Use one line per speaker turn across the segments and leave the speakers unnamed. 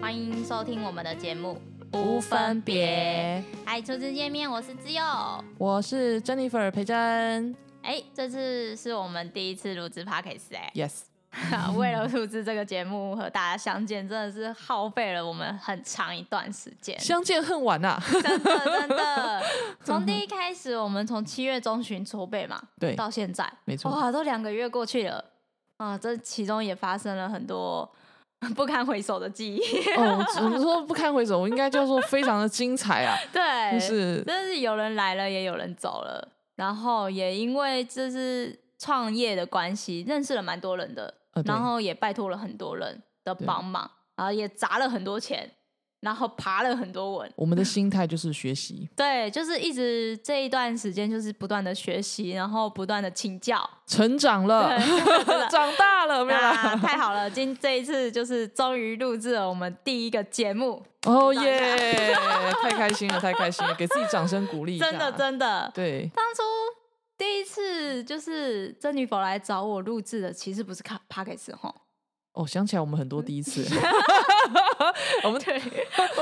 欢迎收听我们的节目。
无分别。
嗨，初次见面，我是知佑。
我是 Jennifer 裴珍
哎，这次是我们第一次录制 podcast 哎、
，Yes，
为了录制这个节目和大家相见，真的是耗费了我们很长一段时 间。
相见恨晚呐、
真的真 的，从第一开始，我们从七月中旬筹备嘛，
对
到现在，
没错
哇，都两个月过去了啊！这其中也发生了很多 不堪回首的 记忆，
哦，我们说不堪回首，我应该叫做非常的精彩啊，
对，
就是
真是有人来了，也有人走了，然后也因为这是创业的关系，认识了蛮多人的，
呃对
然后也拜托了很多人的
对
帮忙，然后也砸了很多钱，然后爬了很多文，
我们的心态就是学习，
对，就是一直这一段时间就是不断的学习，然后不断的请教。
成长了，长大了，没有
那
啦？
太好了，今这一次就是终于录制了我们第一个节目，
哦
长大
耶，太开心了，太开心了，给自己掌声鼓励一下，
真的真的。
对，
当初第一次就是珍妮佛来找我录制的，其实不是卡 p a c k e t 哈，
哦，想起来我们很多第一次， 我们
对，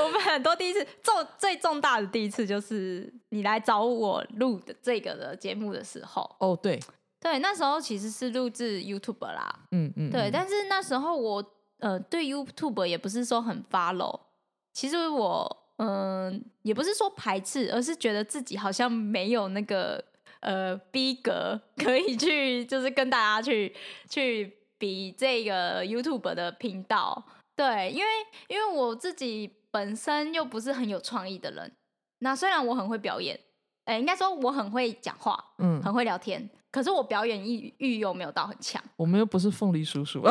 我们很多第一次重最重大的第一次就是你来找我录的这个的节目的时候，
哦对，
对，那时候其实是录制 YouTube 啦，
嗯嗯，
对，
嗯
但是那时候我呃对 YouTube 也不是说很 follow，其实我嗯、也不是说排斥，而是觉得自己好像没有那个呃逼格可以去就是跟大家去去比这个 YouTube 的频道。对，因为因为我自己本身又不是很有创意的人，那虽然我很会表演，哎、应该说我很会讲话，
嗯，
很会聊天，可是我表演欲欲又没有到很强。
我们又不是凤梨叔叔，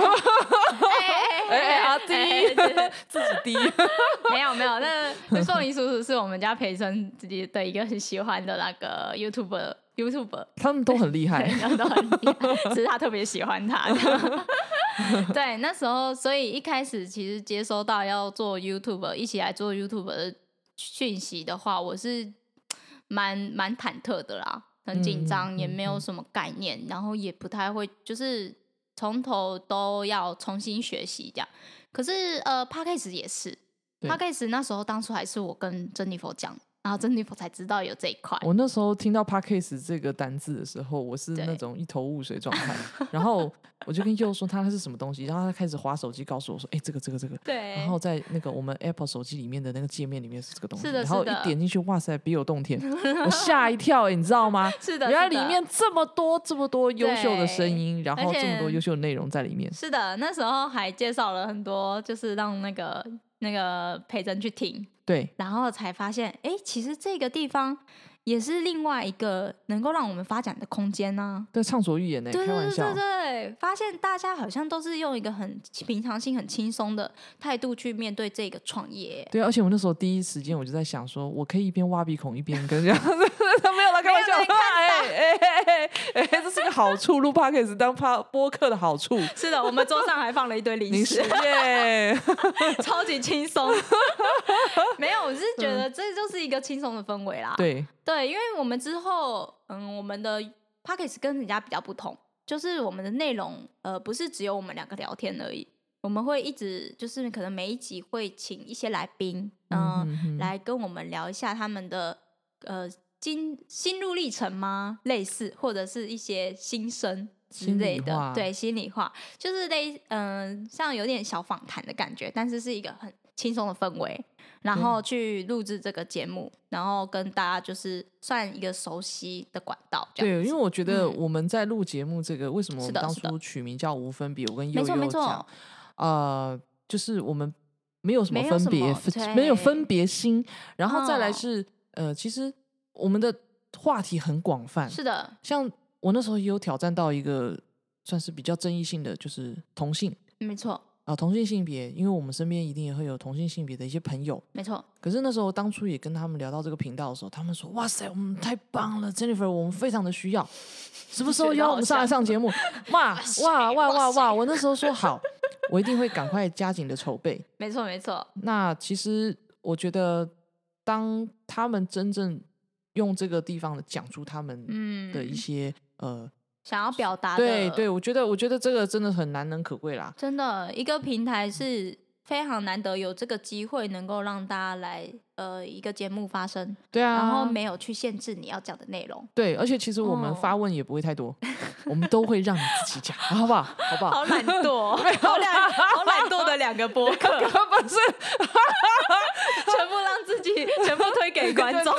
哎
哎阿弟
对
自己低，
没有没有，那那凤梨叔叔是我们家培生自己的一个很喜欢的那个 YouTuber YouTuber，
他们都很厉害，
然后都很厉害，只是他特别喜欢他。 对，那时候所以一开始其实接收到要做 YouTuber 一起来做 YouTuber 的讯息的话，我是蛮蛮忐忑的啦，很紧张，
嗯嗯
也没有什么概念，然后也不太会，就是从头都要重新学习这样。可是呃 p a c k a g e 也是 p
对
a c k a g e 那时候当初还是我跟珍妮佛讲，然后珍妮佛才知道有这一块。
我那时候听到 podcast 这个单字的时候，我是
对
那种一头雾水 状态，然后我就跟佑说它是什么东西，然后他开始划手机告诉我说，哎、这个这个这个，
对
然后在那个我们 Apple 手机里面的那个界面里面是这个东西，
是的
然后
是的
一点进去，哇塞，别有 洞天，我吓一跳、哎，你知道吗？
是的
原来
是
里
的
面这么多这么多优秀的声音，然后
而且
这么多优秀的内容在里面，
是的，那时候还介绍了很多，就是让那个那个培珍去听，
对，
然后才发现，哎、其实这个地方也是另外一个能够让我们发展的空间呢、
这畅所欲言呢、
对
开
对
玩
对
笑，
对对，发现大家好像都是用一个很平常心、很轻松的态度去面对这个创业。
对，啊而且我那时候第一时间我就在想说，我可以一边挖鼻孔一边跟 人家，没有啦，开玩
没
笑
有人看，
哎哎哎哎，哎这是个好处，录 podcast 当播播客的好 处，
是的，我们桌上还放了一堆零
零食
食，
耶，
超级轻松。 没有，我是觉得这就是一个轻松的氛围啦。
对，
对，因为我们之后，嗯，我们的 p o c k e t 跟人家比较不同，就是我们的内容，呃，不是只有我们两个聊天而已，我们会一直就是可能每一集会请一些来宾，嗯、
嗯哼，
来跟我们聊一下他们的呃经心路历程吗？类似或者是一些心声之
心
类
里
的
话，
对，心里话就是类嗯、像有点小访谈的感觉，但是是一个很轻松的氛围，然
对
后去录制这个节目，然后跟大家就是算一个熟悉的管道，这样
对，因为
子
我觉得
嗯
我们在录节目这个，为什么我
是
们
的
当
是的
初取名叫无分别？我跟
没
悠
错没
悠
错
讲，，呃，就是我们没有什么
没有
分
什
别
么，
分没有
对
分别心，然后再来
哦
是呃，其实我们的话题很广泛，
是的，
像我那时候也有挑战到一个算是比较争议性的，就是同性
没错
啊、同性性别，因为我们身边一定也会有同性性别的一些朋友。
没错，
可是那时候当初也跟他们聊到这个频道的时候，他们说：“哇塞，我们太棒了，Jennifer，我们非常的需要，什么时候
觉得
邀
好
我们上来
像
上节目？”哇
塞
哇哇
哇
哇
塞
哇！我那时候说好，我一定会赶快加紧的筹备。
没错没错，
那其实我觉得，当他们真正用这个地方的讲出他们
嗯，
的一些、呃
想要表达的，
对对，我觉得我觉得这个真的很难能可贵啦。
真的，一个平台是非常难得有这个机会能够让大家来呃一个节目发声，
对啊，
然后没有去限制你要讲的内容，
对，而且其实我们
哦
发问也不会太多，我们都会让你自己讲，好不好？好不好？
好懒 惰，好懒，好懒惰的两个博客，
不是，
全部让自 己全部推给观众。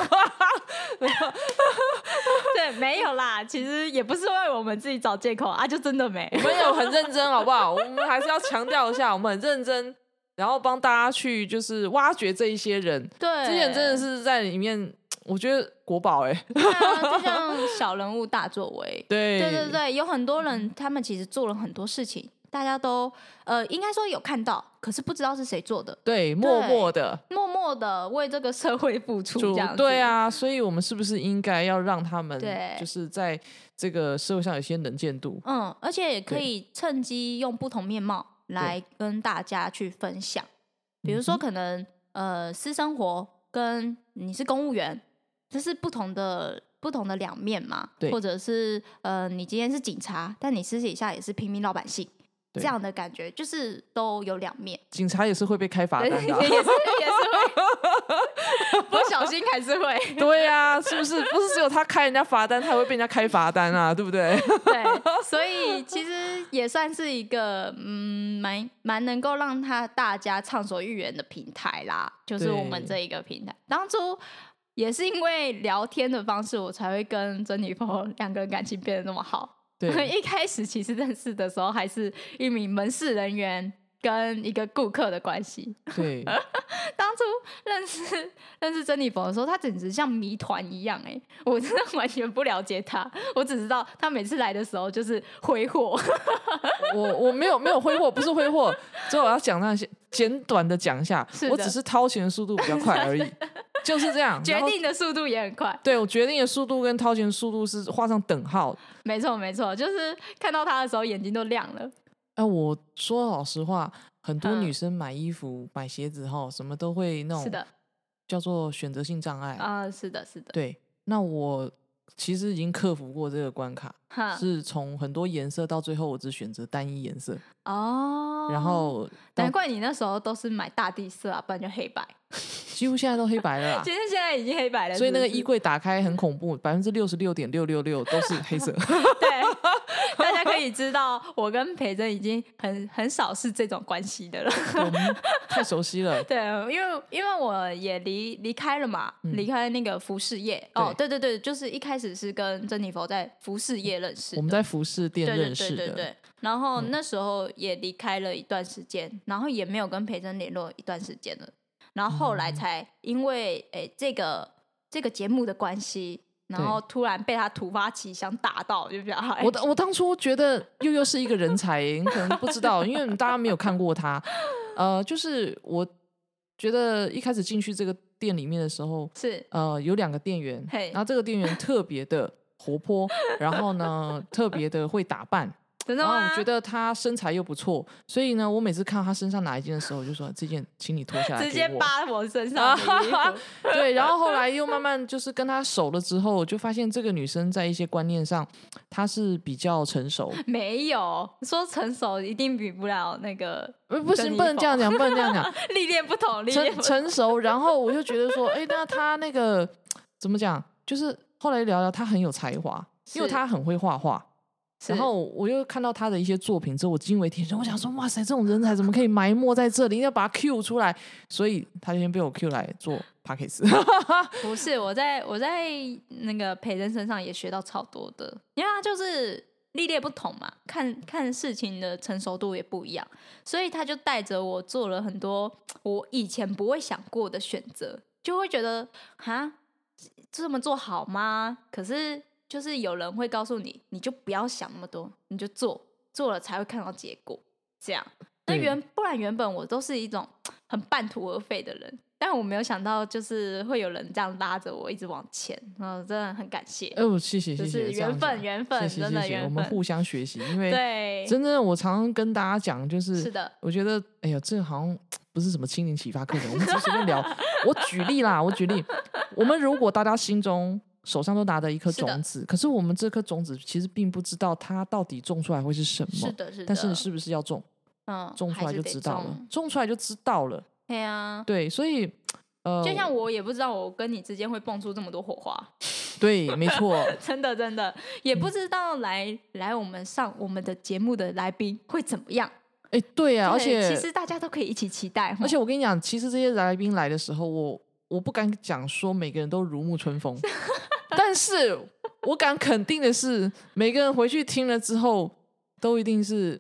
对，没有啦，其实也不是为我们自己找借口啊，就真的没。
我们有很认真，好不好？我们还是要强调一下，我们很认真，然后帮大家去就是挖掘这一些人，
对，
这些人真的是在里面，我觉得国宝哎、
对啊，就像小人物大作 为。
对
对对对，有很多人他们其实做了很多事情，大家都呃应该说有看到，可是不知道是谁做的，
对默默的。
默默的为这个社会付出
就
这样子。
对，啊，所以我们是不是应该要让他们
对
就是在这个社会上有些能见度？
嗯，而且也可以趁机用不同面貌来跟大家去分
嗯
享，比如说可能呃私生活跟你是公务员，这是不同的不同的两面嘛，
对
或者是呃你今天是警察，但你私底下也是平民老百姓。
对
这样的感觉就是都有两面，
警察也是会被开罚
对，
单的啊、
也 是也是会不小心还是会。
对呀、是不是？ 不是只有他开人家罚单，他也会被人家开罚单啊，对不对？
对，所以其实也算是一个嗯，蛮蛮能够让他大家畅所欲言的平台啦，就是我们
对
这一个平台。当初也是因为聊天的方式，我才会跟珍妮佛两个人感情变得那么好。
对，
一开始其实认识的时候，还是一名门市人员跟一个顾客的关系。
对，
当初认识认识珍妮佛的时候，她简直像谜团一样哎、 我真的完全不了解她，我只知道她每次来的时候就是挥霍，
我我没有没有挥霍，不是挥霍，所以我要讲那些简短的讲一下
是，的
我只是掏钱的速度比较快而已， 就是这样。
决
然后
定的速度也很快。
对我决定的速度跟掏钱的速度是画上等号。
没错没错，就是看到她的时候眼睛都亮了。
哎、我说老实话，很多
嗯
女生买衣服、买鞋子哈，什么都会那
是
种
的，
叫做选择性障碍。
啊、是的，是的，
对，那我其实已经克服过这个关卡，
哈
是从很多颜色到最后我只选择单一颜色，
哦。
然后到
难怪你那时候都是买大地色啊，不然就黑白。
几乎现在都黑白了啦
其。实 现在已经黑白了，
所以那个
是不是
衣柜打开很恐怖，百分之六十六点六六六都是 黑色。
对，大家可以知道，我跟培珍已经很很少是这种关系的了。
我们太熟悉 了，
对，因为因为我也离离开了嘛，
嗯
离开那个服饰业。哦，对对对，就是一开始是跟珍妮佛在服饰业认识
我们
的。
在服饰店
对对
认
对
识
对
的。嗯
对，然后那时候也离开了一段时间，然后也没有跟培珍联络一段时间了，然后后
嗯
来才因为诶、这个这个节目的关系，然
对
后突然被他突发奇想打到，就比较好。
我当我当初觉得悠悠是一个人才耶，你可能不知道，因为大家没有看过他。呃，就是我觉得一开始进去这个店里面的时候，
是
呃，有两个店员，
嘿
然后这个店员特别的活泼，然后呢，特别的会打扮，
真的
然后
吗？
哦我觉得他身材又不错，所以呢，我每次看到他身上拿一件的时候，我就说这件请你脱下来
直接
给我。
扒我身上的衣服，
对，然后后来又慢慢就是跟他熟了之后，我就发现这个女生在一些观念上，她是比较成熟。
没有说成熟一定比不了那个
呃不
跟
行，
你
不能这样讲，不能这样讲，
历练不同，历练
成
不
成熟。然后我就觉得说，哎，那她那个怎么讲？就是后来聊聊，她很有才华，因为
是
她很会画画。
是
然后我又看到他的一些作品之后，我惊为天人。我想说，哇塞，这种人才怎么可以埋没在这里？一定要把他 Q 出来。所以他就先被我 Q 来做 p a c k a g e
不是我在我在那个培珍身上也学到超多的，因为他就是历练不同嘛，看看事情的成熟度也不一样，所以他就带着我做了很多我以前不会想过的选择，就会觉得哈这么做好吗？可是就是有人会告诉你，你就不要想那么多，你就做，做了才会看到结果，这样。那
对
原不然原本我都是一种很半途而废的人，但我没有想到就是会有人这样拉着我一直往前，嗯，真的很感谢，
哎呦，谢谢谢
就
谢，
是
这样
缘
子
分，缘分，
谢谢
真的
谢谢，我
缘
们
分，
互相学习。因为
对，
真正我常常跟大家讲，就是
是的，
我觉得，哎呀，这个好像不是什么心灵启发课程，我们只是随便聊。 我举例啦，我举例，我们如果大家心中手上都拿着一颗
是的
种子，可是我们这颗种子其实并不知道它到底种出来会是什么，
是的，是的，
但是你是不是要种？
嗯，
种出
还
来
是
就
得
知道了
种。，
种出来就知道了。
对呀，
对，所以呃，
就像我也不知道我跟你之间会蹦出这么多火花，
对，没错，
真的真的也
嗯
不知道来来我们上我们的节目的来宾会怎么样。
哎，对呀、而
对
且
其实大家都可以一起期待，
而且我跟你讲，其实这些来宾来的时候，我我不敢讲说每个人都如沐 春风，但是我敢肯定的是，每个人回去听了之后，都一定是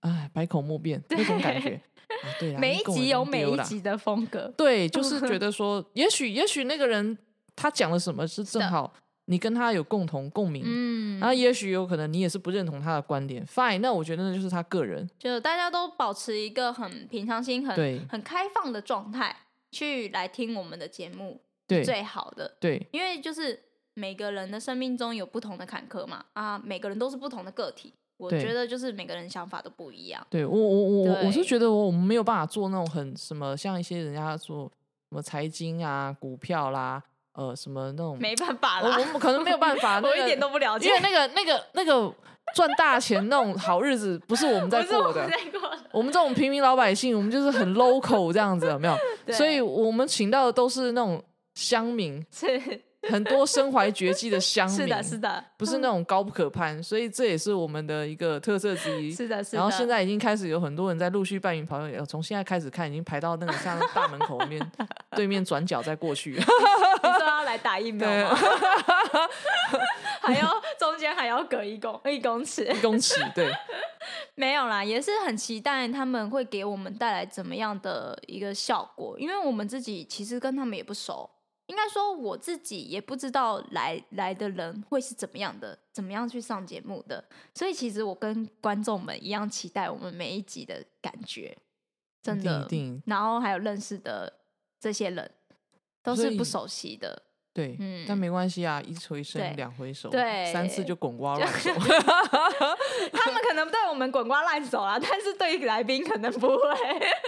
哎百口莫辩那种 感觉。啊、对啦，
每
你
一
跟我
集
样
有每
丢
一
啦
集的风格，
对，就是觉得说，也许也许那个人他讲了什么是正
的
好你跟他有共同共鸣，
嗯
然，后也许有可能你也是不认同他的观点，fine，那我觉得那就是他个人。
就大家都保持一个很平常心、很
对
很开放的状态去来听我们的节目，
对
最好的。
对
因为就是每个人的生命中有不同的坎坷嘛，啊，每个人都是不同的个体。我
对
觉得就是每个人想法都不一样，
对，我我我我我是
对
觉得我们没有办法做那种很什么，像一些人家做什么财经啊、股票啦，呃，什么那种，
没办法
我
啦
我，们可能没有办法，那
我
个、
一点都不了解
因，为那个那个那个赚大钱那种好日子，不是我们在
不是
过
我
的，
在过 的，
我们这种平民老百姓，我们就是很 local 这样子，有没有？
对
所以我们请到的都是那种乡民，
是
很多身怀绝技的乡民，
是的，是 的，
不是那种高不可攀？所以这也是我们的一个特色之一。
是的，是的。
然后现在已经开始有很多人在陆续办云跑友，从现在开始看，已经排到那个像大门口 面对面转角再过去。
你说要来打疫苗吗？还要中间还要隔一公一公尺，
一公尺，对
没有啦，也是很期待他们会给我们带来怎么样的一个效果，因为我们自己其实跟他们也不熟，应该说我自己也不知道来来的人会是怎么样的，怎么样去上节目的，所以其实我跟观众们一样期待我们每一集的感觉，真的，
一定一定
然后还有认识的这些人都
所
是
以
不熟悉 的，
对，
嗯
但没关系啊，一回生
对
两回熟，
对
三次就滚瓜烂熟。
他们可能对我们滚瓜烂熟啦，但是对来宾可能不会。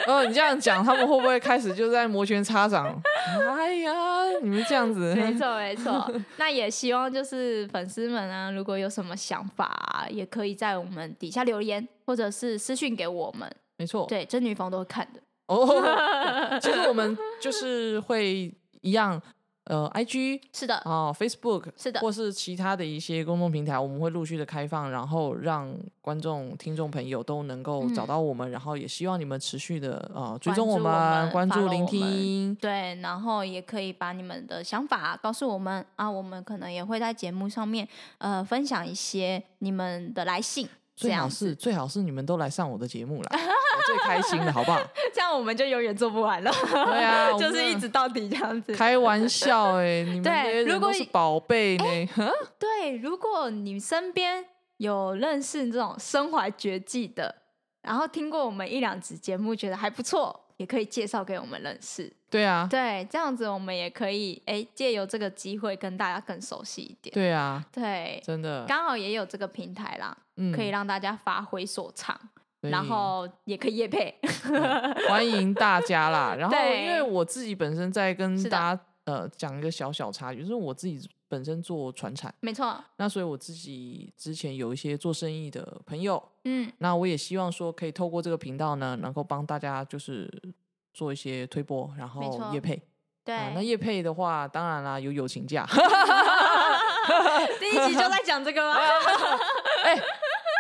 哦，你这样讲，他们会不会开始就在摩拳擦掌？ 哎呀，你们这 样子，
没错，没错。那也希望就是粉丝们啊，如果有什么想法、啊，也可以在我们底下留言，或者是私讯给我们。
没错，
对，真女方都会看的。
哦，其实我们就是会一样，呃，IG
是的，
哦，Facebook
是的
或是其他的一些公众平台，我们会陆续的开放，然后让观众、听众朋友都能够找
嗯
到我们，然后也希望你们持续的呃追
关
踪我
注我们
关注、
follow
聆
我
听
们。对，然后也可以把你们的想法、告诉我们啊，我们可能也会在节目上面呃分享一些你们的来信，这
最好
样
是
子，
最好是你们都来上我的 节目啦，我最开心的好不好？
这样我们就永远做不完了，
对啊，我
就
们
是
真
一
的
直到底这样子。
开玩笑 哎、你们
对
这些
如
人
果
都是
以
宝贝呢。
对，如果你身边有认识这种身怀绝技的，然后听过我们一两集节目，觉得还不错，也可以介绍给我们认识。
对啊，
对，这样子我们也可以哎，借由这个机会跟大家更熟悉一点。
对啊，
对，
真的，
刚好也有这个平台啦，
嗯，
可以让大家发挥所长，
所
然
以
后也可以夜配。
嗯欢迎大 家啦。然后，
对
因为我自己本身在跟
是的
大家呃讲一个小小插曲，就是我自己本身做船产，
没错，
那所以我自己之前有一些做生意的朋友，
嗯，
那我也希望说可以透过这个频道呢，能够帮大家就是做一些推播，然
没错
后业配。
对，
啊那业配的话，当然啦，有友情价。
第一集就在讲这 个吗？
哎、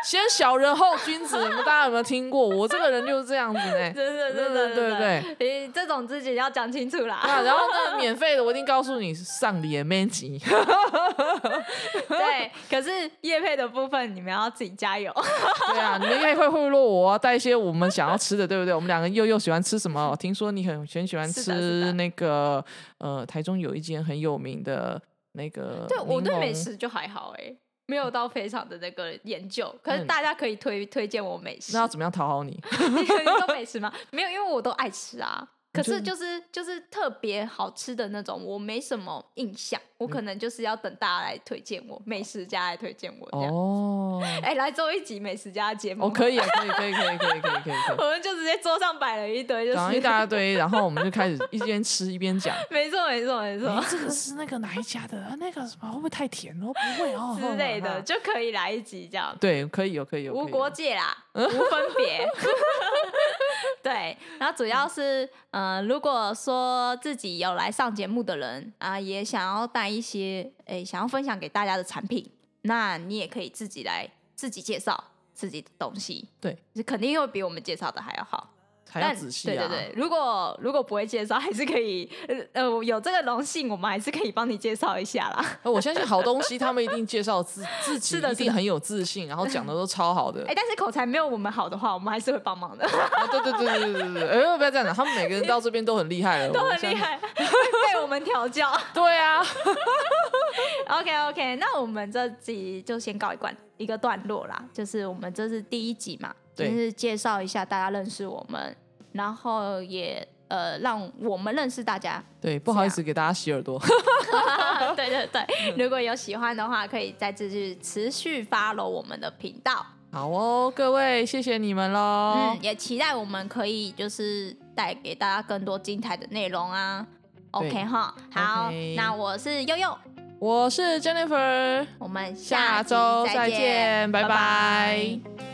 先小人后君子，你们大家有没有听过？我这个人就是这样 子呢。
真的，真
对
的，
对
真的，诶，这种自己要讲清楚啦。
啊，然后那个免费的，我一定告诉你，上联没急。
对，可是叶配的部分你们要自己加油。
对啊，你们也会贿赂我、啊，带一些我们想要吃的，对不对？我们两个又又喜欢吃什么？听说你很很喜欢
是的是
吃
的
那个呃，台中有一间很有名的那个
对我对美
柠檬，
食就还好哎、没有到非常的那个研究，可是
嗯
大家可以推推荐我美食。
那要怎么样讨好 你？
你可以做美食吗？没有，因为我都爱吃啊。可
就是
就是就是特别好吃的那种，我没什么印象。我
嗯
可能就是要等大家来推荐我，美食家来推荐我这样。
哦，
哎、来做一集美食家的节目，
哦，可以啊，可以，可以，可以，可以，可以，可以，可
我们就直接桌上摆了一堆，
以，
就
讲一
是
大堆，然后我们就开始一边吃一边讲。
没错没错没错
哎这个是那个哪一家的？啊那个什么会不会太甜哦？不会哦
之类的，
哦
就可以来一集这样。
对，可以有，可以有，可以
无
有
国界啦，无分别。 对，然后主要
嗯
是，呃，如果说自己有来上节目的人啊、也想要带一些，诶，想要分享给大家的产品，那你也可以自己来自己介绍自己的东西，
对，
就肯定会比我们介绍的还要好。
还要
但
仔细啊。
对对对，如果如果不会介绍，还是可以，呃，呃有这个荣幸，我们还是可以帮你介绍一下啦。
那我相信好东西，他们一定介绍自自己
是的
一
是
定
的
很有自信，然后讲的都超好的
哎、。但是口才没有我们好的话，我们还是会帮忙的，
啊，对对对对对对对，哎，不要这样讲，他们每个人到这边都很厉害了，
都
我
很
相
厉
信。
害，会被我们调教。
对 啊，
OK OK，那 我们这集就先告一段一个段落啦，就是我们这是第一集嘛，就
对
是介绍一下大家认识我们，然后也呃让我们认识大家。
对，不好意
啊
思给大家洗耳朵。
对对
嗯
对，如果有喜欢的话，可以再继续持续 follow 我们的频道。
好哦，各位，谢谢你们喽
嗯，。也期待我们可以就是带给大家更多精彩的内容啊。
对
OK 哈，好
OK
那我是悠悠，
我是 Jennifer，
我们
下
集
周
再
再见，拜拜
拜